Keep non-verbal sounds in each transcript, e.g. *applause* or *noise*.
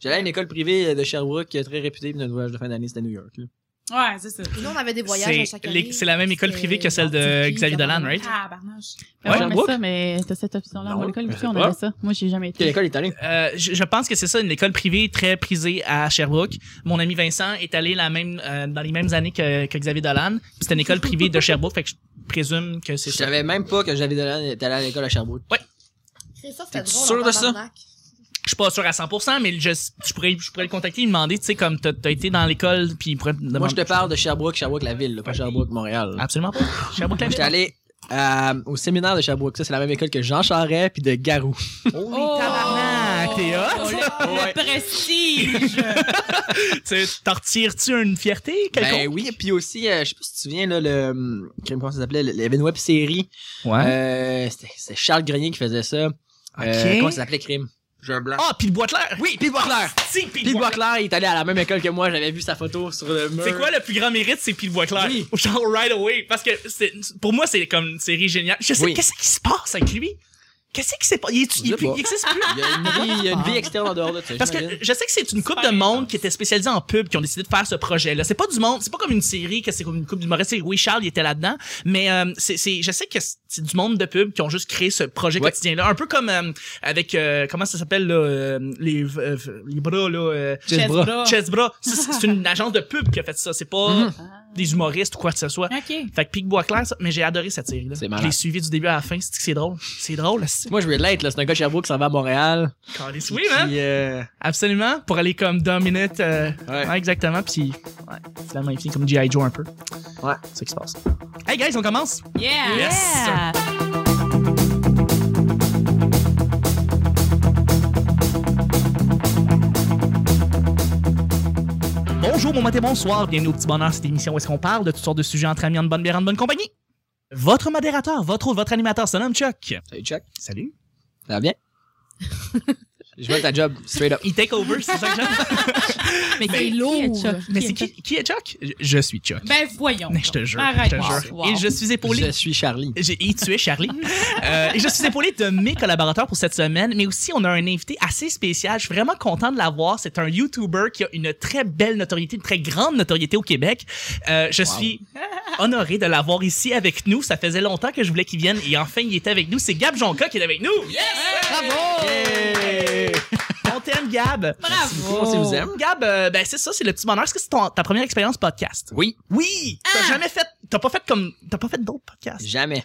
J'allais à une école privée euh, de Sherbrooke qui est très réputée, puis notre voyage de fin d'année, c'était New York. là. Ouais, c'est ça. Nous, on avait des voyages à C'est chaque année. les- c'est la même école C'était privée que celle de Kentucky, Xavier Dolan, Cameroun. right? Ah, barnage. À Ouais, mais Sherbrooke? ça, mais t'as cette option-là. Non, Moi, à l'école je sais Vichy, on pas. avait ça. Moi, j'ai jamais Quelle été. école est allée? Euh, je, je pense que c'est ça, une école privée très prisée à Sherbrooke. Mon ami Vincent est allé la même, euh, dans les mêmes années que, que Xavier Dolan. Puis C'était une école privée de Sherbrooke, fait que je présume que c'est Je ça. savais même pas que j'avais allé à l'école à Sherbrooke. C'est ça, c'était T'es-tu drôle. sûr en de ça? tabarnak. Je suis pas sûr à 100%, mais je, je, pourrais, je pourrais le contacter, lui demander, tu sais, comme t'as t'as été dans l'école, puis il pourrait me Moi, demander. je te parle de Sherbrooke, Sherbrooke la ville, là, pas Sherbrooke Montréal. là. Absolument pas. Sherbrooke, la ville. J'étais allé euh, au séminaire de Sherbrooke. Ça, c'est la même école que Jean Charest puis de Garou. Oh, tabarnak, t'es hot. le, le Ouais. prestige. *laughs* Tu sais, T'en retires-tu une fierté? quelconque? Ben oui, puis aussi, euh, je sais pas si tu te souviens, là, le, hum, comment ça s'appelait, le- il y avait une web série. Ouais. Euh, c'était- c'est Charles Grenier qui faisait ça. Euh, Ok. comment ça s'appelait Crime? J'ai un blanc. Ah, puis le bois clair. oui, Pete Boisclair! Si, puis Pete Boisclair, il est allé à la même école que moi, j'avais vu sa photo sur le mur. C'est quoi le plus grand mérite, c'est Pile Voix Claire? Oui. *laughs* Genre right away. Parce que c'est- pour moi, c'est comme une série géniale. Je sais, Oui. qu'est-ce qui se passe avec lui? Qu'est-ce qui s'est passé? Il, est- Je il, est sais plus- pas. il existe plus. Il y a une vie, il y a une vie externe en dehors de ça. Parce que j'imagine. je sais que c'est une coupe de Super monde intense. qui était spécialisée en pub qui ont décidé de faire ce projet-là. C'est pas du monde, c'est pas comme une série que c'est comme une coupe d'humoristes. C'est- Oui, Charles il était là-dedans, mais euh, c'est, c'est- je sais que c'est du monde de pub qui ont juste créé ce projet Ouais. quotidien-là, un peu comme euh, avec euh, comment ça s'appelle là, euh, les euh, les bras là. euh, Chess bras. Chess bras. Chessbra, Ça, c'est c'est une agence de pub qui a fait ça. C'est pas Mhm. des humoristes ou quoi que ce soit. OK. Fait que Pic Bois Clair, ça- mais j'ai adoré cette série-là. C'est Je malade. l'ai suivi du début à la fin. C'est c'est drôle. C'est drôle. C'est Moi, je relate, là. C'est un gars de Sherbrooke qui s'en va à Montréal. Calisse. puis Oui, hein? man. qui, euh, Absolument. Pour aller comme dominate. Euh, Ouais. ouais, exactement. Puis ouais, finalement, il finit comme G.I. Joe un peu. Ouais. C'est ce qui se passe. Hey guys, on commence. Yeah. Yes, Yeah! Bonjour, bon matin, bonsoir. Bienvenue au petit bonheur. Cette émission où est-ce qu'on parle de toutes sortes de sujets entre amis, en bonne bière, en bonne compagnie. Votre modérateur, votre hôte, votre animateur, son homme Chuck. Salut, Chuck. Salut. Ça va bien? *laughs* je vois ta job straight up. Il take over, c'est ça que j'aime. Mais Ben, qui est lourd! Chuck? Mais c'est qui, qui est Chuck? Je, je suis Chuck. Ben voyons. Mais je te jure, Arrête. je te Wow. jure. Wow. Et je suis épaulé Je suis Charlie. J'ai et tu es Charlie. Euh, et je suis épaulé de mes collaborateurs pour cette semaine, mais aussi on a un invité assez spécial. Je suis vraiment content de l'avoir. C'est un YouTuber qui a une très belle notoriété, une très grande notoriété au Québec. Euh, je suis honoré de l'avoir ici avec nous. Ça faisait longtemps que je voulais qu'il vienne et enfin il était avec nous. C'est Gab Jonca qui est avec nous. Bravo. On t'aime Gab. Bravo. Bon, si vous aime. Gab, euh, ben c'est ça, c'est le petit bonheur. Est-ce que c'est ton- ta première expérience podcast? Oui, Oui. T'as Ah! jamais fait, t'as pas fait comme, t'as pas fait d'autres podcasts? jamais.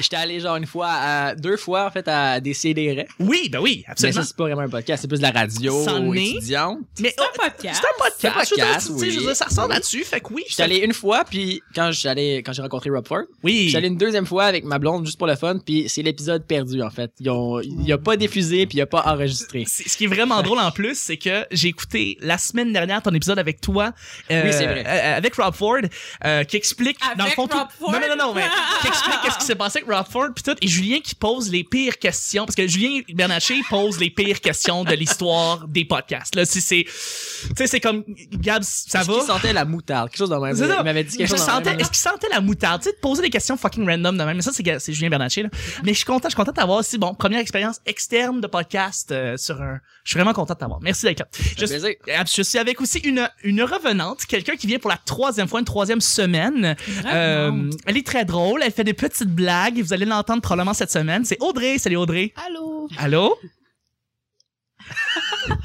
J'étais allé genre une fois, à, deux fois en fait à des CDR. Oui, ben oui, Mais absolument. ça c'est pas vraiment un podcast, c'est plus de la radio C'en est. étudiante. Mais oh, C'est un podcast. C'est un podcast. C'est un podcast, je veux dire, tu sais, oui. je veux dire, ça ressort là-dessus. Fait que oui, J'étais allé une fois, puis quand j'étais allé- quand j'ai rencontré Rob Ford, Oui. J'étais allé une deuxième fois avec ma blonde juste pour le fun, puis c'est l'épisode perdu en fait. Ils ont, il a pas diffusé puis il a pas enregistré. C'est- Ce qui est vraiment drôle en plus, c'est que j'ai écouté la semaine dernière ton épisode avec toi, euh, Oui, c'est vrai. euh, avec Rob Ford, euh, qui explique dans le Avec fond tout- Rob Ford? non non non non, mais qui explique qu'est-ce qui s'est passé avec Rob Ford puis tout, et Julien qui pose les pires questions parce que Julien Bernatchez pose les pires questions de l'histoire des podcasts. Là, si c'est, tu sais, c'est comme Gab, ça Est-ce va. qu'il sentait la moutarde, quelque chose de même. C'est ça. Il m'avait dit quelque Je chose de sentais- même. Est-ce qu'il sentait la moutarde? Tu sais, de poser des questions fucking random de même. Mais ça, c'est, c'est Julien Bernatchez, là. Mais je suis content, je suis content de t'avoir aussi. Bon, première expérience externe de podcast euh, sur un... Je suis vraiment content de t'avoir. Merci d'être là. Ça Je, fait plaisir. euh, je suis avec aussi une, une revenante, quelqu'un qui vient pour la troisième fois, une troisième semaine. Euh, elle est très drôle, elle fait des petites blagues. Vous allez l'entendre probablement cette semaine. C'est Audrey. Salut Audrey. Allô? Allô?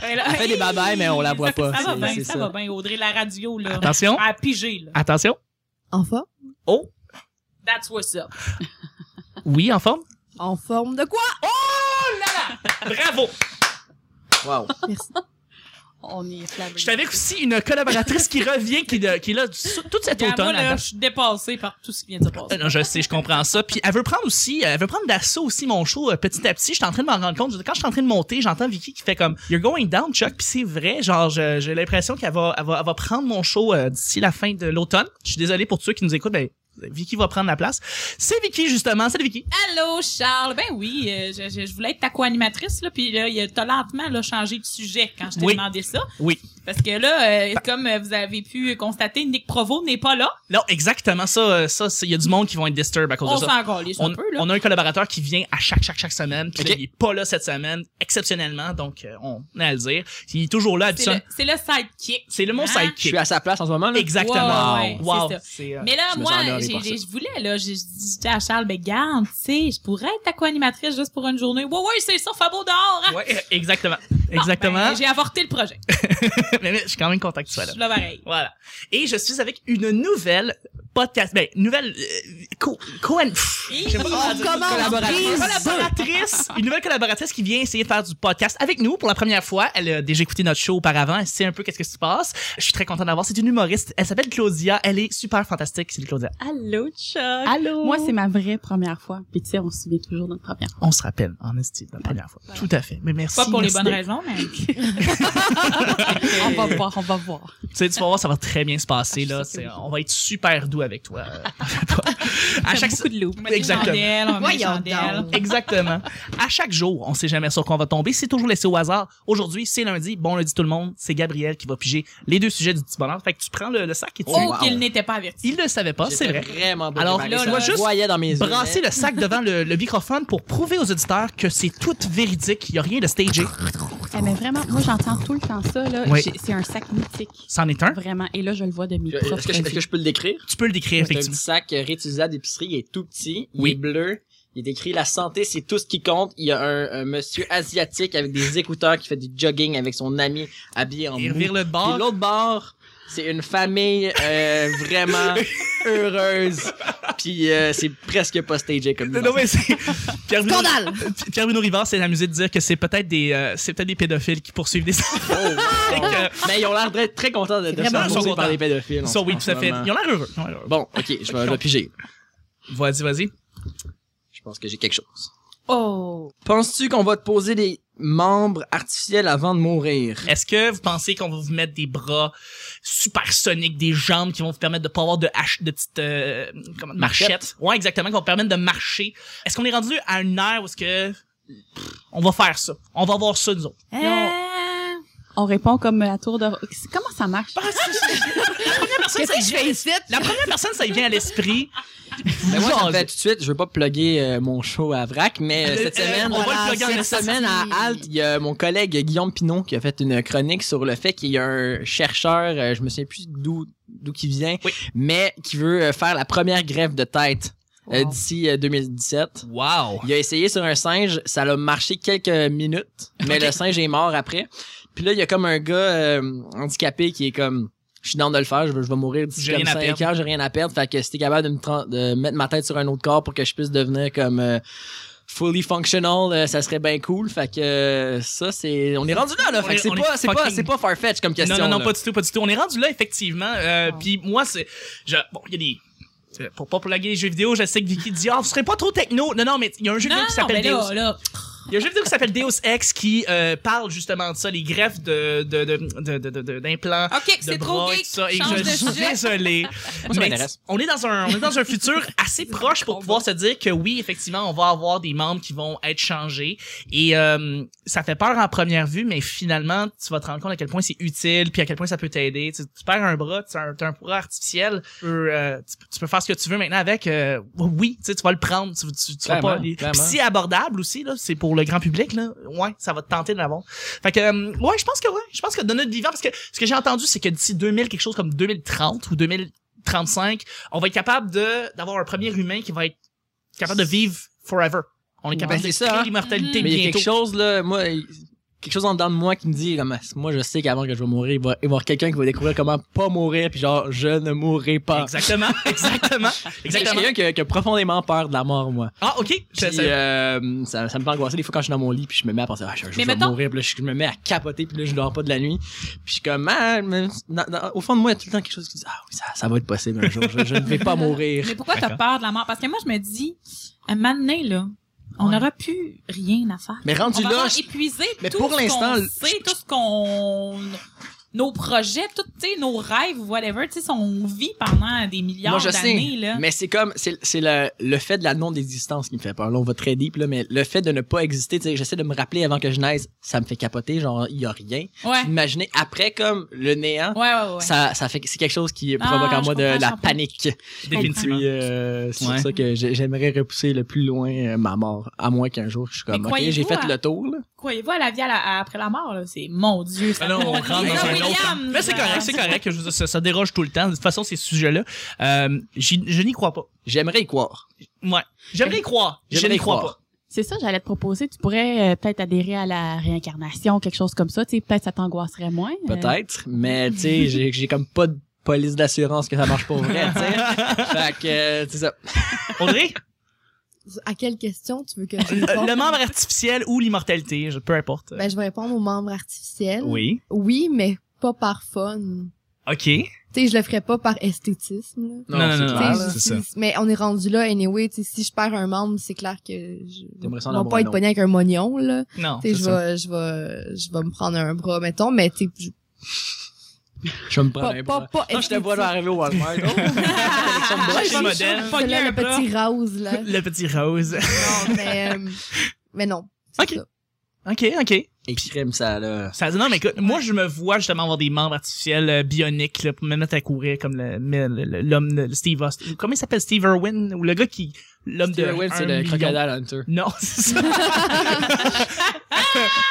Elle On fait des babayes, mais on la voit pas. Ben *laughs* Ça va C'est- bien, c'est ça, ça. va bien, Audrey. La radio, là. Attention. À piger, là. Attention. En forme? Oh, That's what's up. oui, en forme. En forme de quoi? Bravo. Wow. Merci. On est flammé. Je suis avec aussi une collaboratrice qui revient, qui, est de- qui est là du- toute Regarde, cette Moi, automne. là, là-dedans. je suis dépassée par tout ce qui vient de se passer. Euh, Non, je sais, je comprends ça. Puis elle veut prendre aussi, elle veut prendre d'assaut aussi mon show euh, petit à petit. Je suis en train de m'en rendre compte. Je- Quand je suis en train de monter, j'entends Vicky qui fait comme You're going down, Chuck. Puis c'est vrai, genre je- j'ai l'impression qu'elle va, elle va, elle va prendre mon show euh, d'ici la fin de l'automne. Je suis désolé pour tous ceux qui nous écoutent, ben Vicky va prendre la place. C'est Vicky, justement. C'est Vicky. Allô, Charles. Ben oui, euh, je, je- je voulais être ta co-animatrice, là, puis là, il a- t'as lentement là, changé de sujet quand je t'ai Oui. demandé ça. Oui. Parce que là, euh, comme euh, vous avez pu constater, Nick Provo n'est pas là. Non, exactement ça. euh, Ça, c'est- il y a du monde qui vont être disturbed à cause On de ça. s'en calisse On, un peu, là. on a un collaborateur qui vient à chaque, chaque, chaque semaine. Puis Ok. là, il est pas là cette semaine, exceptionnellement. Donc, euh, on on a à le dire. Il est toujours là, C'est Hudson. le, c'est le sidekick. C'est le mon Hein? Je sidekick. suis à sa place en ce moment. Là. Exactement. Ouais, ouais, Wow. c'est ça. C'est, euh, Mais là, Je me moi, sens honoré j'ai- par ça. j'ai- je voulais, là, j'ai j'ai dit à Charles, ben garde, tu sais, je pourrais être ta co-animatrice juste pour une journée. Ouais, ouais, c'est ça, Fabo dehors. hein. *laughs* ouais, exactement. Ben, Exactement. j'ai avorté le projet. *laughs* mais, mais je suis quand même content que tu sois Je là. suis là pareil. Voilà. Et je suis avec une nouvelle podcast, ben, nouvelle euh, co, co Hi. J'aime pas On dire commence prise collaboratrice. Collaboratrice. une nouvelle collaboratrice qui vient essayer de faire du podcast avec nous pour la première fois. Elle a déjà écouté notre show auparavant. Elle sait un peu qu'est-ce que se passe. Je suis très content d'avoir. C'est une humoriste. Elle s'appelle Claudia. Elle est super fantastique. C'est Claudia. Allô, Chuck. Allô. Moi, c'est ma vraie première fois. Puis tu sais, on se souvient toujours de notre première fois. On se rappelle, en estime, la première fois. Tout à fait. Mais merci. Pas pour les merci bonnes d'être- raisons, mais. on va voir, on va voir. Tu sais, tu vas voir, ça va très bien se passer, Ah, là. je sais C'est- que oui. On va être super doux avec toi. euh, *laughs* à chaque, beaucoup de loups. On met des Exactement. chandelles, on met des Voyons chandelles. donc. Exactement. À chaque jour, on sait jamais sur quoi on va tomber. C'est toujours laissé au hasard. Aujourd'hui, c'est lundi. Bon lundi tout le monde. C'est Gabriel qui va piger les deux sujets du petit bonheur. Fait que tu prends le, le sac et tu... Oh, Wow. qu'il n'était pas averti. Il le savait pas, c'est J'étais vrai. vraiment pas Alors, préparé. là, Ça là, se juste voyait dans mes yeux. Brasser le sac devant le, le microphone pour prouver aux auditeurs que c'est tout véridique. Il n'y a rien de stagé. Eh, mais vraiment, moi, j'entends tout le temps ça, là. Oui. J'ai- C'est un sac mythique. C'en est un. Vraiment. Et là, je le vois de mes Je- propres Est-ce que, je- est-ce que yeux. je peux le décrire? Tu peux le décrire, C'est un petit effectivement. sac euh, réutilisable d'épicerie. Il est tout petit. Il Oui. est bleu. Il est écrit la santé, c'est tout ce qui compte. Il y a un, un monsieur asiatique avec des écouteurs qui fait du jogging avec son ami habillé en Et mou. revire le Puis bord. l'autre bord, c'est une famille euh, vraiment heureuse. Puis euh, c'est presque pas stagé comme Non, mais c'est- Pierre Bruno- *laughs* Scandale! Pierre Bruno Rivard s'est amusé de dire que c'est peut-être des, euh, c'est peut-être des pédophiles qui poursuivent des Oh, *laughs* wow. que- Mais ils ont l'air d'être très contents de, de se Vraiment, faire ils sont poser par contents. les pédophiles. en- Ça, oui, en tout ce à fait. moment. Ils ont l'air heureux. Ils ont l'air heureux. Bon, ok, je vais, je vais piger. Vas-y, vas-y. Je pense que j'ai quelque chose. Oh. Penses-tu qu'on va te poser des membres artificiels avant de mourir? Est-ce que vous pensez qu'on va vous mettre des bras supersoniques, des jambes qui vont vous permettre de pas avoir de hache, de petites euh, comment, marchettes? Ouais, exactement, qui vont vous permettre de marcher. Est-ce qu'on est rendu à une heure où est-ce que pff, on va faire ça? On va voir ça, nous autres. Euh, On répond comme à tour de... Ah, C'est- Comment ça marche? *laughs* Qu'est-ce que je fais ici? La première personne, ça y vient à l'esprit. Ben moi, je le Jase. fais tout de suite. Je veux pas plugger euh, mon show à vrac, mais euh, Euh, cette euh, semaine, on va voilà, le plugger en cette cette instant. semaine à Alt, il y a mon collègue Guillaume Pinot qui a fait une chronique sur le fait qu'il y a un chercheur, euh, je me souviens plus d'où d'où qui vient, Oui. mais qui veut euh, faire la première grève de tête euh, Wow. d'ici euh, 2017. Wow! Il a essayé sur un singe, ça l'a marché quelques minutes, mais Ok. le singe est mort après. Puis là, il y a comme un gars euh, handicapé qui est comme je suis dans de le faire, je, veux- je vais mourir d'ici J'ai comme rien à 5 perdre. heures, j'ai rien à perdre. Fait que si t'es capable de, me tran- de mettre ma tête sur un autre corps pour que je puisse devenir comme euh, fully functional, euh, ça serait bien cool. Fait que euh, ça, c'est. On est rendu là, là. On Fait est- que c'est on pas, est c'est pas, fucking- c'est pas farfetch comme question. Non, non, non, là. pas du tout, pas du tout. On est rendu là, effectivement. Euh, Ah. Puis moi, c'est. je- Bon, il y a des. euh, Pour pas plaguer les jeux vidéo, je sais que Vicky dit Ah, vous serez pas trop techno. Non, non, mais il y a un jeu non, vidéo qui non, s'appelle mais là, Deus. là. Il y a un jeu vidéo qui s'appelle Deus Ex qui euh, parle justement de ça, les greffes de de de de de- de- d'implants. OK, de c'est trop bras et geek. tout ça, et Change je de suis sujet. désolé. ça Mais m'intéresse. on est dans un, on est dans *laughs* un futur assez proche pour pouvoir se dire que oui, effectivement, on va avoir des membres qui vont être changés. Et euh, ça fait peur en première vue, mais finalement, tu vas te rendre compte à quel point c'est utile, puis à quel point ça peut t'aider. Tu, tu perds un bras, tu as un, t'as un bras artificiel, tu peux, euh, tu, tu peux faire ce que tu veux maintenant avec. euh, oui, tu sais, tu vas le prendre, tu, tu, tu vas pas. Clairement, clairement. Puis si abordable aussi, là, c'est pour le grand public, là. Ouais, ça va te tenter de l'avoir. Fait que, euh, ouais, je pense que ouais, je pense que de notre vivant, parce que ce que j'ai entendu, c'est que d'ici 2000, quelque chose comme 2030 ou 2035, on va être capable de d'avoir un premier humain qui va être capable de vivre forever. On est capable Ben, de c'est créer ça, hein. l'immortalité Mais il y a bientôt. quelque chose là, moi, quelque chose en dedans de moi qui me dit comme moi je sais qu'avant que je vais mourir, il va il va y avoir quelqu'un qui va découvrir comment pas mourir puis genre je ne mourrai pas. *laughs* Exactement, exactement, C'est exactement. quelqu'un qui, a- qui a profondément peur de la mort moi. Ah, ok. Je- Puis, ça- euh, ça, ça me fait angoisser des fois quand je suis dans mon lit puis je me mets à penser ah, je, je Mais vais mettons- mourir puis là, je, je me mets à capoter puis là je dors pas de la nuit. Puis je suis comme ah, mais dans- dans- au fond de moi il y a tout le temps quelque chose qui dit ah oui ça, ça va être possible un jour je, je ne vais pas mourir. Mais pourquoi t'as D'accord. peur de la mort? Parce que moi, je me dis, un moment donné, là, on n'aura plus rien à faire. Mais rendu on va là, avoir je- épuisé Mais tout pour ce l'instant, qu'on sait, tout ce qu'on nos projets, tout, tu sais, nos rêves, whatever, tu sais, si on vit pendant des milliards Moi, je d'années, sais, là. Mais c'est comme, c'est c'est le, le fait de la non-existence qui me fait peur. Là, on va très deep, là, mais le fait de ne pas exister, tu sais, j'essaie de me rappeler avant que je naisse, ça me fait capoter, genre, il y a rien. Ouais. Puis Imaginez, après, comme, le néant, Ouais, ouais, ouais. ça, ça fait, c'est quelque chose qui Ah, provoque en je moi de comprends, je la comprends. panique. Définitivement. Puis, euh, c'est Ouais. pour ça que j'ai- j'aimerais repousser le plus loin euh, ma mort, à moins qu'un jour, je suis comme, Mais ok, j'ai croyez-vous fait à- le tour, là. Croyez-vous à la vie à la- à- après la mort, là? C'est, mon Dieu, ça Ah non, on rentre dans Robin un autre. Williams, Mais c'est euh, correct, c'est correct. Je veux dire, ça, ça déroge tout le temps. De toute façon, ces sujets-là, euh, j'y- je n'y crois pas. J'aimerais y croire. Ouais. J'aimerais y croire. Je J'aimerais n'y y crois croire. pas. C'est ça, j'allais te proposer. Tu pourrais euh, peut-être adhérer à la réincarnation, quelque chose comme ça. Tu sais, peut-être ça t'angoisserait moins. euh. Peut-être, mais tu sais, j'ai j'ai comme pas de police d'assurance que ça marche pour vrai, tu sais. *laughs* *laughs* fait que, euh, c'est ça. Audrey, À quelle question tu veux que je euh, *laughs* réponde? le membre artificiel ou l'immortalité, je- peu importe. Ben, je vais répondre au membre artificiel. Oui. Oui, mais pas par fun. OK. Tu sais, je le ferais pas par esthétisme. là. Non, non, c'est non, clair, là. Tu non. sais, Ah, c'est si- ça. Mais on est rendu là, anyway. Tu sais, si je perds un membre, c'est clair que je T'aimerais ça en on va avoir un pas être autre. pogné avec un mognon, là. Non. Tu sais, c'est je ça. vais, je vais, je vais me prendre un bras, mettons, mais tu sais, je- Je vais me prendre pas, un pas, bras. pas Non, je te vois esthétique. arriver au Walmart. Oh, Ah, je suis collection de bras. modèle. C'est là, Pogner un le petit rose, *laughs* là. Le petit rose. non, mais, euh, mais non. c'est Ok. ça. OK, OK. Et crime, ça, là. Ça dit non, mais écoute, moi, je me vois justement avoir des membres artificiels euh, bioniques là, pour me mettre à courir comme le- mais le- le- l'homme, de Steve Austin. Comment il s'appelle Steve Irwin ou le gars qui. L'homme de. Steve Irwin, c'est un le million. crocodile hunter. Non, *laughs* c'est ça.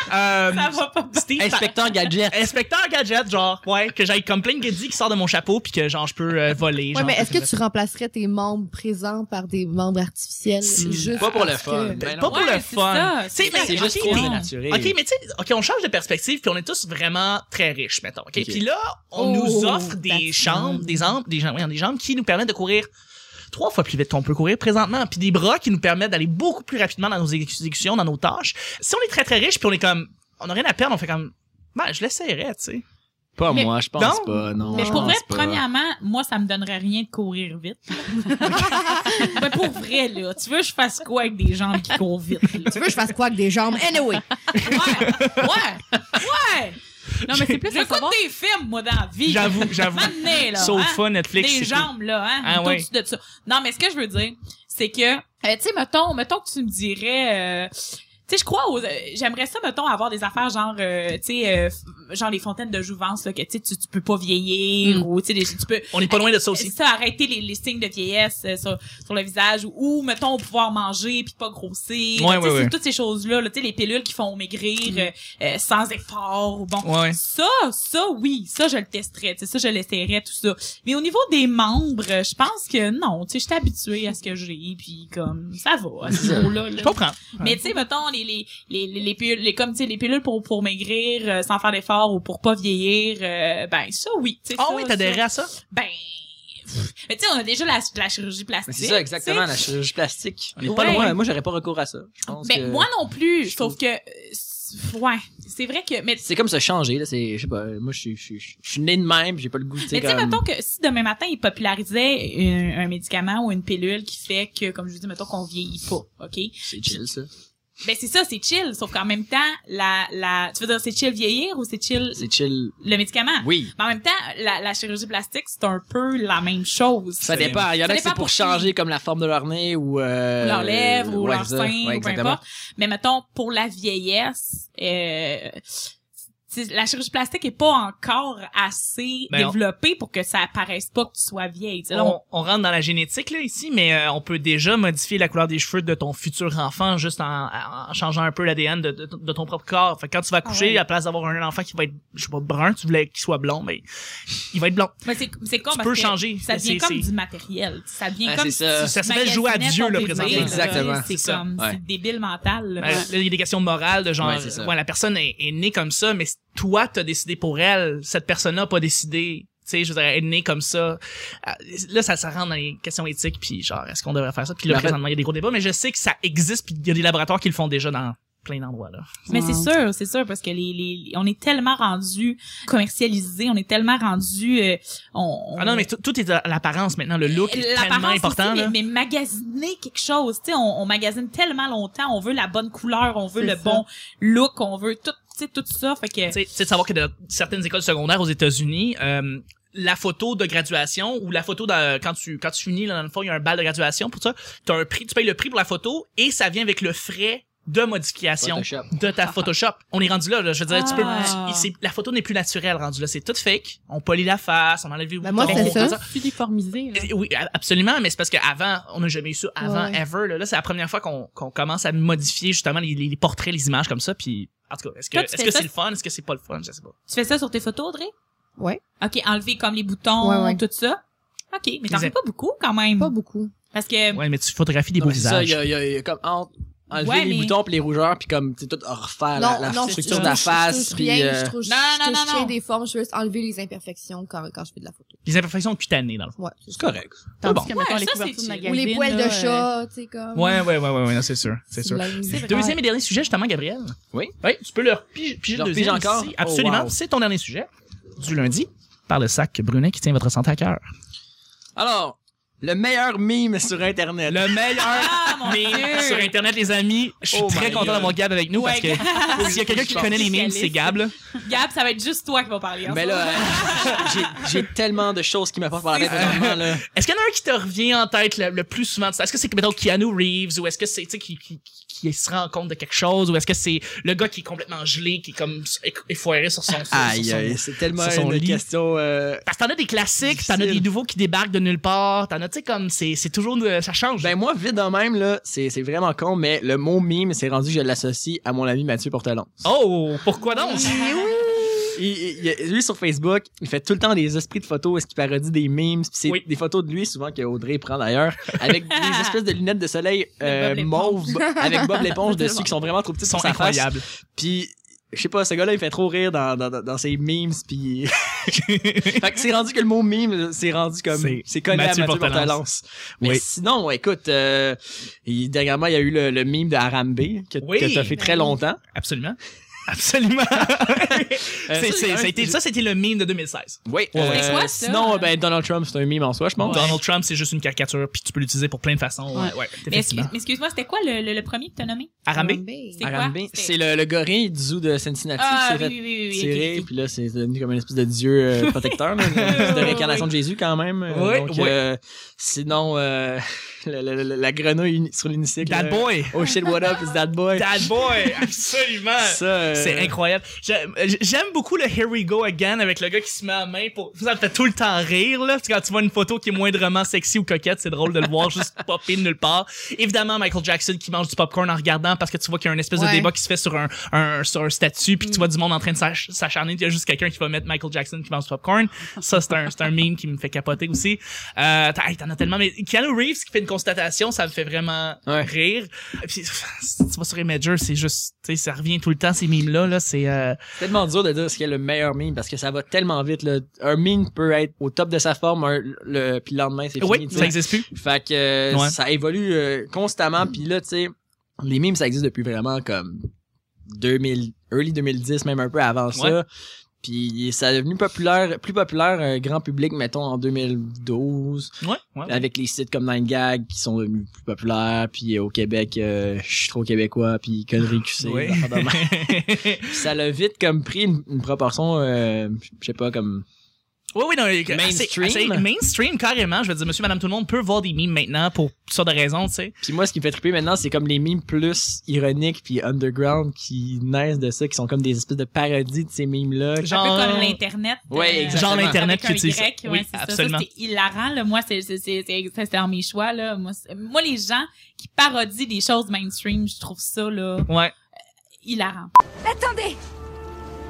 Euh, Ça va pas bien. Steve. Inspecteur Gadget. Inspecteur gadget, genre, ouais, que j'aille comme plein de gadgets qui sort de mon chapeau puis que genre je peux euh, voler. Ouais, genre, mais est-ce que tu ça. remplacerais tes membres présents par des membres artificiels? Si, juste Pas pour le parce fun. que- ben non. Pas pour le Ouais, c'est fun. ça. Tu sais, C'est- mais- C'est juste ok, trop mais- dénaturé. OK, mais tu sais, OK, on change de perspective puis on est tous vraiment très riches, mettons. OK, Ok. puis là, Oh, on nous offre des that's chambres, nice. des jambes, des jambes, voyons, des jambes qui nous permettent de courir trois fois plus vite qu'on peut courir présentement, puis des bras qui nous permettent d'aller beaucoup plus rapidement dans nos exécutions, dans nos tâches. Si on est très très riche puis on est comme on a rien à perdre, on fait comme ben, je l'essayerais, tu sais. Pas Mais- moi, je pense Non. pas, non. Mais je pour vrai, pense pas. premièrement, moi, ça me donnerait rien de courir vite. mais pour vrai, là, tu veux que je fasse quoi avec des jambes qui courent vite? là? Tu veux que je fasse quoi avec des jambes? Anyway! Ouais, ouais, ouais! Non, mais c'est plus à J'écoute savoir. des films, moi, dans la vie. J'avoue, j'avoue. M'amener, là. hein? Sofa, Netflix, Des c'est jambes, là, hein? Ah, tout ouais. au-dessus de ça. Non, mais ce que je veux dire, c'est que, euh, tu sais, mettons, mettons que tu me dirais, euh, tu sais, je crois aux, euh, j'aimerais ça, mettons, avoir des affaires genre, euh, tu sais, euh, f- genre les fontaines de jouvence, là, que tu sais, tu tu peux pas Mm. vieillir, ou tu sais, des- tu peux, On est pas loin de ça aussi. c'est ça, arrêter les, les signes de vieillesse euh, sur, sur le visage ou, ou, mettons pouvoir manger puis pas grossir. Ouais, Tu sais, ouais, c'est ouais. Mm. toutes ces choses là, là tu sais les pilules qui font maigrir euh, euh, sans effort ou bon. Ouais. Ça, ça oui, ça je le testerais, tu sais, ça je l'essayerais tout ça. Mais au niveau des membres, euh, je pense que non, tu sais j'étais habituée à ce que j'ai puis comme ça va à ce niveau là. Je comprends. Mais tu sais, mettons, les, les, les, les, les pilules, les- comme tu sais, les pilules pour, pour maigrir, euh, sans faire d'effort ou pour pas vieillir, euh, ben, ça, oui. tu sais, Ah ça, oui, ça. t'adhérais à ça Ben. pff, Mais tu sais, on a déjà la, la chirurgie plastique. Mais c'est ça, exactement, la chirurgie plastique. On est Pas Ouais. loin, moi, j'aurais pas recours à ça. Je pense Mais que- Ben, moi non plus. je Sauf que. euh, c'est- Ouais. C'est vrai que. Mais tu C'est comme se changer, là. C'est, je sais pas, moi, je suis- je suis je suis né de même, j'ai pas le goût, tu mais sais, tu sais, comme. mettons que si demain matin, ils popularisaient un, un médicament ou une pilule qui fait que, comme je vous dis, mettons qu'on vieillit pas, OK? C'est chill, ça. Ben, c'est ça, c'est chill. Sauf qu'en même temps, la, la, tu veux dire, c'est chill vieillir ou c'est chill C'est chill. le médicament? Oui. Mais en même temps, la, la chirurgie plastique, c'est un peu la même chose. Ça dépend. Il y en Ça a qui dépend c'est pour pour qui. changer comme la forme de leur nez ou euh, leurs lèvres ou ouais, leurs c'est ça. seins Ouais, ou peu exactement. importe. Mais mettons, pour la vieillesse, euh, c'est- la chirurgie plastique est pas encore assez Ben, on- développée pour que ça apparaisse pas que tu sois vieille. Tu sais, là, on- on, on rentre dans la génétique là ici, mais euh, on peut déjà modifier la couleur des cheveux de ton futur enfant juste en, en changeant un peu l'ADN de, de- de ton propre corps. Fait que quand tu vas coucher, Ah ouais. à la place d'avoir un enfant qui va être, je sais pas, brun, tu voulais qu'il soit blond, mais il va être blond. Mais c'est c'est con Tu parce peux que changer. Ça devient C'est- comme c'est- du matériel. Ça devient Ah, comme c'est ça. si tu Ça s'appelle jouer à magasinais Dieu, ton là, bébé, présentement. Exactement. C'est C'est comme ça. Ouais. c'est débile mental. là. Euh, là, Il y a des questions de morale, de genre, Ouais, c'est ça. ouais, la personne est, est née comme ça, mais toi, t'as décidé pour elle. Cette personne-là a pas décidé. Tu sais, je veux dire, elle est née comme ça. Euh, Là, ça, ça rentre dans les questions éthiques, puis genre, est-ce qu'on devrait faire ça? Puis là, Mais en fait- présentement, il y a des gros débats, mais je sais que ça existe, puis il y a des laboratoires qui le font déjà dans plein d'endroits, là. Mais Wow. c'est sûr, c'est sûr, parce que les, les, on est tellement rendu commercialisé, on est tellement rendu, euh, on, Ah non, mais tout- tout est à l'apparence maintenant. Le look est tellement L'apparence important. aussi, là. mais, mais magasiner quelque chose, tu sais, on, on magasine tellement longtemps, on veut la bonne couleur, on veut C'est le ça. bon look, on veut tout tu sais, tout ça. Fait que, Tu sais- tu sais, de savoir que dans certaines écoles secondaires aux États-Unis, euh, la photo de graduation ou la photo de, quand tu quand tu finis là, dans le fond il y a un bal de graduation pour ça t'as un prix tu payes le prix pour la photo et ça vient avec le frais de modification Photoshop. de ta Photoshop on est rendu là, là. je veux dire tu peux Ah. tu- c'est- la photo n'est plus naturelle rendu là c'est tout fake on polie la face on enlève les Ben, moi, boutons, c'est tout ça. Tu déformisé, là. Et- Oui, a- absolument, mais c'est parce qu'avant, on n'a jamais eu ça avant, Ouais. ever. Là, Là, c'est la première fois qu'on qu'on commence à modifier justement les, les portraits, les images comme ça. Puis, en tout cas, est-ce que Toi, tu est-ce fais que ça? c'est le fun? Est-ce que c'est pas le fun? Je sais pas. tu fais ça sur tes photos, Audrey? Ouais. OK, enlever comme les boutons, Ouais, ouais. tout ça. OK, mais t'en fais Exact. pas beaucoup quand même. Pas beaucoup. Parce que, Ouais, mais tu photographies des Non, beaux mais c'est ça, visages. il y a, il y a- il y a comme en- enlever Ouais, les mais- boutons puis les rougeurs puis comme c'est tout Ah, refaire la, la je- structure je de la touche- Je face touche puis rien, euh, je touche, Non, je non, touche non, rien non. des formes, je veux juste enlever les imperfections quand, quand je fais de la photo. Les imperfections cutanées, dans le fond. Ouais. c'est correct. Tandis Ah bon. que, mettons, Ouais, les ça, c'est couvertures de chill. magazines, Ou les poils de là, euh, chat, tu sais, comme. Ouais, ouais, ouais, ouais, ouais, non, c'est sûr. C'est sûr. Blague. Deuxième et dernier sujet, justement, Gabriel. Oui. Oui, tu peux leur pige- piger Je leur le deuxième pige encore? ici. Oh, Absolument. wow. C'est ton dernier sujet du lundi par le sac Brunet qui tient votre santé à cœur. Alors, le meilleur mime sur internet. Le meilleur ah, mon meme Dieu! sur Internet, les amis. Je suis Oh très my content God. d'avoir Gab avec nous parce Ouais, Ah, que s'il y a quelqu'un qui Je connaît les memes, spécialiste. c'est Gab. là. Gab, ça va être juste toi qui vas parler. hein, Mais ça. là, euh, j'ai- j'ai tellement de choses qui m'apportent par la tête présentement, là. *laughs* Est-ce qu'il y en a un qui te revient en tête le, le plus souvent? de ça? Est-ce que c'est, mettons, Keanu Reeves ou est-ce que c'est, tu sais, qui, qui, qui se rend compte de quelque chose ou est-ce que c'est le gars qui est complètement gelé, qui est comme éc- effoiré sur son... sur- sur Aïe, son- aïe, c'est tellement sur son une lit. question. euh, Parce que t'en as des classiques, t'en as Difficile. des nouveaux qui débarquent de nulle part, t'en as, tu sais, comme, c'est, c'est toujours, euh, ça change. Ben moi, vite de même, là, c'est c'est vraiment con, mais le mot mime, c'est rendu que je l'associe à mon ami Mathieu Portelon. oh, pourquoi donc? Il- il- il- lui, sur Facebook, il fait tout le temps des esprits de photos, est-ce qu'il parodie des memes, puis c'est Oui. des photos de lui, souvent que Audrey prend d'ailleurs, *laughs* avec des espèces de lunettes de soleil euh, Bob l'éponge. mauves, avec Bob l'éponge dessus, qui sont vraiment trop petites Ils sont sur sa face. incroyables. Puis, je sais pas, ce gars-là, il fait trop rire dans, dans, dans- dans ses memes, *laughs* puis... fait que c'est rendu que le mot meme, c'est rendu comme... C'est C'est collé Mathieu à Mathieu Portelance. Portelance. Mais Oui. sinon, écoute, euh, il- dernièrement, il y a eu le, le meme de Harambe, que, Oui. que t'as fait Ben très longtemps. *laughs* Absolument. Absolument. *laughs* Euh, C'est- c'est- un- ça, a été- ça, c'était le meme de 2016. Oui. Ouais, ouais. C'est quoi, ça? Sinon, euh, ben, Donald Trump, c'est un meme en soi, je pense. Donald Trump, c'est juste une caricature, puis tu peux l'utiliser pour plein de façons. Ouais, ouais. Mais excuse- effectivement. mais excuse-moi, c'était quoi le, le- le premier que t'as nommé? Harambe? C'est Harambe, quoi? c'est le, le gorille du zoo de Cincinnati Ah, qui s'est oui, fait oui, oui, oui, tirer, ok, ok. puis là, c'est devenu comme une espèce de dieu euh, protecteur, là, une espèce de réincarnation de Jésus quand même. Euh, Oui, Donc, oui. euh, sinon, euh, *laughs* le- le- le- la grenouille uni- sur l'unicycle. That euh, boy! Oh shit, what up, is that boy? *laughs* That boy! Absolument! Ça, euh, C'est incroyable. J'aime j'aime beaucoup le Here We Go Again avec le gars qui se met en main pour. Ça me fait tout le temps rire, là. Parce que Quand tu vois une photo qui est moindrement sexy ou coquette, c'est drôle de le *laughs* voir juste popper de nulle part. Évidemment, Michael Jackson qui mange du popcorn en regardant parce que tu vois qu'il y a une espèce de Ouais. débat qui se fait sur un, un- sur un statut puis que tu Mm. vois du monde en train de s'ach- s'acharner. Il y a juste quelqu'un qui va mettre Michael Jackson qui mange du popcorn. Ça, c'est un, c'est un meme qui me fait capoter aussi. Euh, t'en hey, t'en as tellement, mais Keanu Reeves qui fait une constatation, ça me fait vraiment Ouais. rire. Puis, *laughs* si tu vas sur Imager, c'est juste, tu sais, ça revient tout le temps, ces mimes-là, là, c'est, euh, C'est tellement dur de dire ce qui est le meilleur meme parce que ça va tellement vite. Là. Un meme peut être au top de sa forme, un- le, puis le lendemain, c'est oui, fini. tu ça sais. existe plus. Fait que euh, Ouais. ça évolue euh, constamment. Puis là, tu sais, les memes, ça existe depuis vraiment comme 2000, early 2010, même un peu avant Ouais. ça. Puis ça est devenu populaire, plus populaire euh, grand public, mettons, en 2012, Ouais, ouais. avec les sites comme Nine Gag qui sont devenus plus populaires. Puis au Québec, euh, je suis trop québécois, puis conneries QC. Ouais. des affaires de *laughs* même. Puis ça l'a vite comme pris une, une proportion, euh, je sais pas, comme... Oui, oui, non, euh, Mainstream. assez- assez mainstream, carrément. Je veux dire, monsieur, madame, tout le monde peut voir des mimes maintenant pour toutes sortes de raisons, tu sais. Puis moi, ce qui me fait triper maintenant, c'est comme les mimes plus ironiques puis underground qui naissent de ça, qui sont comme des espèces de parodies de ces mimes-là. Un peu Genre- comme l'Internet. Ouais, exactement. Genre l'Internet avec un qui utilise ça. Y, ouais, Oui, c'est ça. absolument. Ça, c'était hilarant, là. Moi, c'est, c'est, c'est, c'est- ça, c'était dans mes choix, là. Moi, c'est- moi, les gens qui parodient des choses mainstream, je trouve ça, là, Ouais. Euh, hilarant. Attendez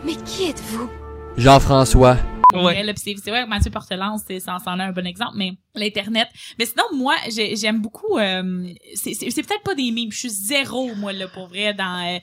Mais qui êtes-vous Jean-François. Pour Ouais. vrai, là, pis c'est c'est vrai que Mathieu Portelance, c'est c'en c'en est un bon exemple, mais l'internet. Mais sinon, moi, j'ai- j'aime beaucoup. euh, c'est c'est- c'est peut-être pas des mimes. Je suis zéro, moi, là, pour vrai, dans euh,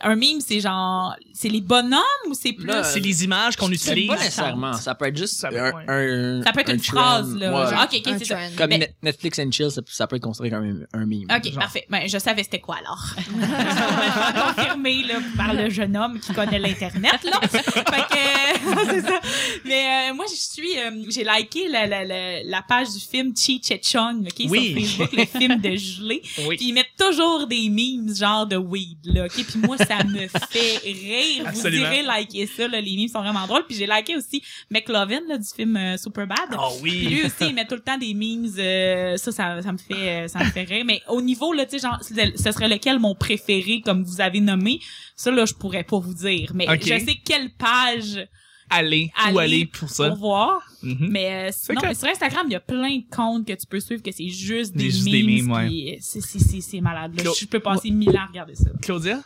un mime, c'est genre, c'est les bonhommes ou c'est plus. Là, C'est les images qu'on C'est utilise. pas nécessairement. Ça peut être juste Ça peut- un, ouais. un- ça peut être un une trend. phrase, là. Ouais. Genre, ok, ok, Un c'est ça. trend. Comme mais- Net- Netflix and Chill, ça, ça peut être considéré comme un, un mime. Ok, parfait. Ben, je savais c'était quoi alors. *laughs* Complètement confirmé là, par le jeune *laughs* homme qui connaît l'internet là. fait que euh, c'est ça. Mais euh, moi je suis, euh, j'ai liké la, la, la, la page du film Cheech et Chong, OK, Oui. sur Facebook, le film de gelé. Oui. Puis ils mettent toujours des memes genre de weed, là, OK? Puis moi, ça *laughs* me fait rire. Absolument. Vous irez liker ça, là, les memes sont vraiment drôles. Puis j'ai liké aussi McLovin, là, du film euh, Superbad. Ah Puis oui. lui aussi, il met tout le temps des memes. euh, ça, ça, ça me fait, euh, ça me fait rire. Mais au niveau, là, tu sais, genre, c'est- ce serait lequel mon préféré, comme vous avez nommé. Ça, là, je pourrais pas vous dire. Mais Ok. je sais quelle page Allez, Allez. où aller pour ça? pour voir. Mhm. Mais euh, sinon, que- mais sur Instagram, il y a plein de comptes que tu peux suivre que c'est juste Des- des juste memes. des memes, ouais. puis, euh, c'est- c'est- C'est c'est malade. là. Clo- Je peux passer mille ans à regarder ça. Claudia?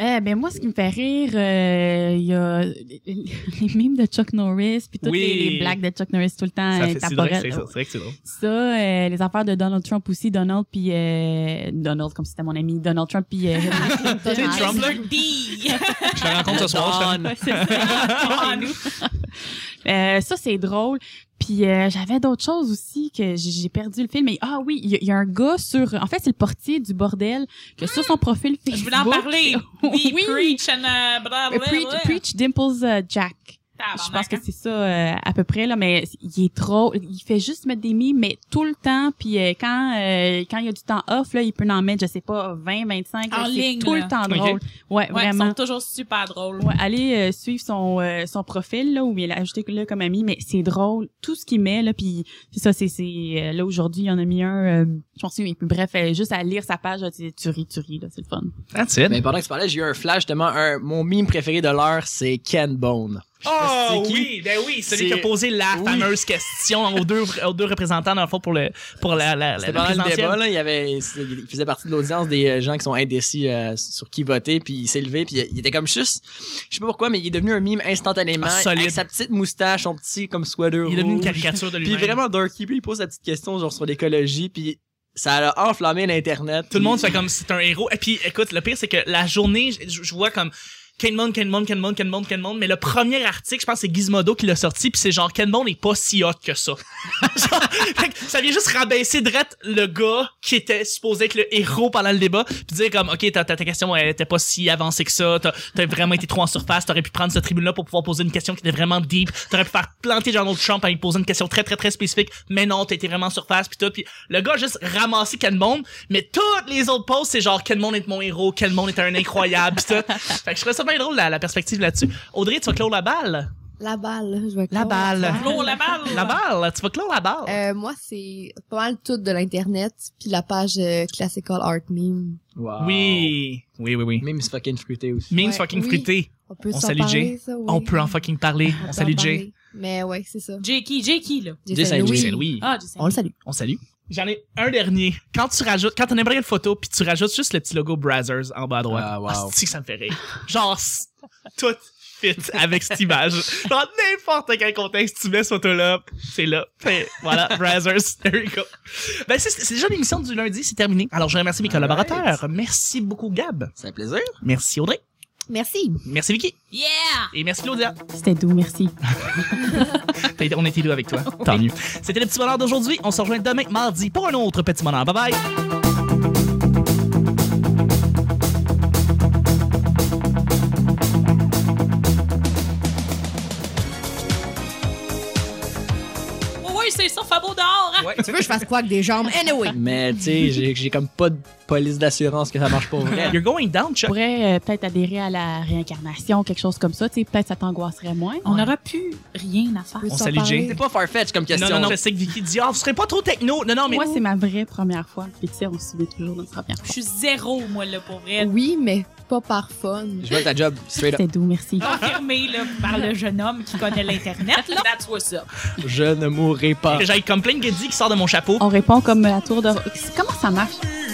Euh, ben moi, ce qui me fait rire, euh, il y a les mimes de Chuck Norris, puis toutes Oui. les, les blagues de Chuck Norris tout le temps. Ça euh, fait, c'est drôle, temporelles. c'est ça, c'est vrai que c'est drôle. Ça, euh, les affaires de Donald Trump aussi, Donald puis euh, Donald comme si c'était mon ami, Donald Trump *laughs* puis euh, Hillary Clinton. Ah, C'est Trump, là. Bee! Je te rencontre ce soir. je te- Ouais, c'est Ah, ça. Euh, ça, c'est drôle. Puis euh, j'avais d'autres choses aussi que j'ai j'ai perdu le film. Mais ah oui, il y, a- il y a un gars sur... En fait, c'est le portier du bordel que sur son profil Facebook... Ah! Je voulais en parler. Oui, Oui. preach and euh, Euh, blablabla. Preach, Preach Dimples euh, Jack. Tabarnak, hein? Je pense que c'est ça euh, à peu près là, mais il est trop, il fait juste mettre des mimes, mais tout le temps. Puis euh, quand euh, quand il y a du temps off là, il peut en mettre, je sais pas, 20, 25. En là, c'est ligne, tout là. le temps Ok. drôle. Ouais, Ouais, ils vraiment. sont toujours super drôles. Ouais, allez euh, suivre son euh, son profil là où il a ajouté là comme ami, mais c'est drôle tout ce qu'il met là. Puis c'est ça, c'est c'est euh, là aujourd'hui, il y en a mis un. euh, je pense que bref, euh, juste à lire sa page, là, tu tu ris, tu ris là, c'est le fun. That's it. Mais pendant que tu parlais, j'ai eu un flash, tellement un, mon mime préféré de l'heure, c'est Ken Bone. Oh C'est qui? oui, ben oui, celui C'est- qui a posé la Oui. fameuse question aux deux, aux deux représentants dans le fond pour le pour la la, la, C'était la pendant le présidentielle. débat, là, il, y avait, c'est- il faisait partie de l'audience des euh, gens qui sont indécis euh, sur qui voter, puis il s'est levé, puis il était comme juste, je sais pas pourquoi, mais il est devenu un mime instantanément, Ah, solide. avec sa petite moustache, son petit comme sweater Il est devenu une rouge. caricature de Oh, Puis lui-même. vraiment dorky, puis il pose la petite question genre sur l'écologie, puis ça a enflammé l'internet. tout le puis- monde fait comme c'est un héros. Et puis écoute, le pire c'est que la journée, je, je vois comme Ken Bond, Ken Bond, Ken Bond, Ken Bond, Ken Bond, mais le premier article, je pense c'est Gizmodo qui l'a sorti, puis c'est genre Ken Bond est pas si hot que ça. *laughs* Genre, fait que ça vient juste rabaisser direct le gars qui était supposé être le héros pendant le débat, puis dire comme ok ta, ta, ta question elle était pas si avancée que ça, t'as t'as vraiment été trop en surface, t'aurais pu prendre ce tribune là pour pouvoir poser une question qui était vraiment deep, t'aurais pu faire planter Donald Trump à lui poser une question très très très spécifique, mais non t'as été vraiment en surface puis tout, puis le gars a juste ramassé Ken Bond, mais toutes les autres posts c'est genre Ken Bond est mon héros, Ken Bond est un incroyable pis *laughs* tout, fait que je trouvais ça bien drôle la, la perspective là-dessus. Audrey tu vas clore la balle, La balle, je vais Oh, La clore balle. L'eau, la balle. la balle, tu vas clore la balle. Euh, moi, c'est pas mal tout de l'internet, puis la page euh, classical art meme. Wow. Oui, oui oui oui. Mime c'est fucking fruité aussi. Memes Ouais, fucking oui. fruité. On peut On s'en salue Jay. parler, ça, oui. On peut en fucking parler. On, peut salue en Jay. parler. Mais ouais, c'est ça. Jakey, Jakey, là. Jay Saint-Louis. Saint-Louis. Jay oui. Ah, Jay On le salue. On salue. J'en ai un dernier. Quand tu rajoutes, quand t'as n'importe quelle photo, puis tu rajoutes juste le petit logo Brazzers en bas à droite. Ah, wow. c'est que ça me fait rire. Genre, c- tout fit avec *laughs* cette image. Dans n'importe quel contexte, tu mets cette photo-là, c'est là. Fait, voilà, Brazzers, there you go. Ben, c'est c'est déjà l'émission du lundi, c'est terminé. Alors, je remercie mes collaborateurs. Merci beaucoup, Gab. C'est un plaisir. Merci, Audrey. Merci. Merci, Vicky. Yeah! Et merci, Claudia. Ah, C'était doux, merci. T'as été- On était là avec toi. Tant mieux. C'était le petit bonheur d'aujourd'hui. On se rejoint demain, mardi, pour un autre petit bonheur. Bye bye. Ouais, ouais, c'est ça, Fabo dehors, hein? Tu veux que je fasse quoi avec des jambes? Anyway. Mais tu sais, j'ai- j'ai comme pas de police d'assurance que ça marche pour *laughs* vrai. You're going down, Je Chuck. pourrais euh, peut-être adhérer à la réincarnation, quelque chose comme ça. Tu sais, peut-être ça t'angoisserait moins. On n'aura plus rien à faire. On peut On s'en salue parler. Jay. C'est pas farfetch comme question. Non, non, non, là. je sais que Vicky dit, ah, vous serez pas trop techno. Non, non, mais. Moi, c'est ma vraie première fois. Puis tu sais, on se met toujours notre première fois. Je suis zéro, moi, là, pour vrai. Oui, mais pas par fun. Je veux ta job straight up. *laughs* C'était doux, merci. Confirmé, là, par le jeune homme qui connaît l'Internet, là. That's what's up. Je ne mourrai pas. que j'aille comme plein de Geddy qui sort de mon chapeau. On répond comme à la tour de... Comment ça marche?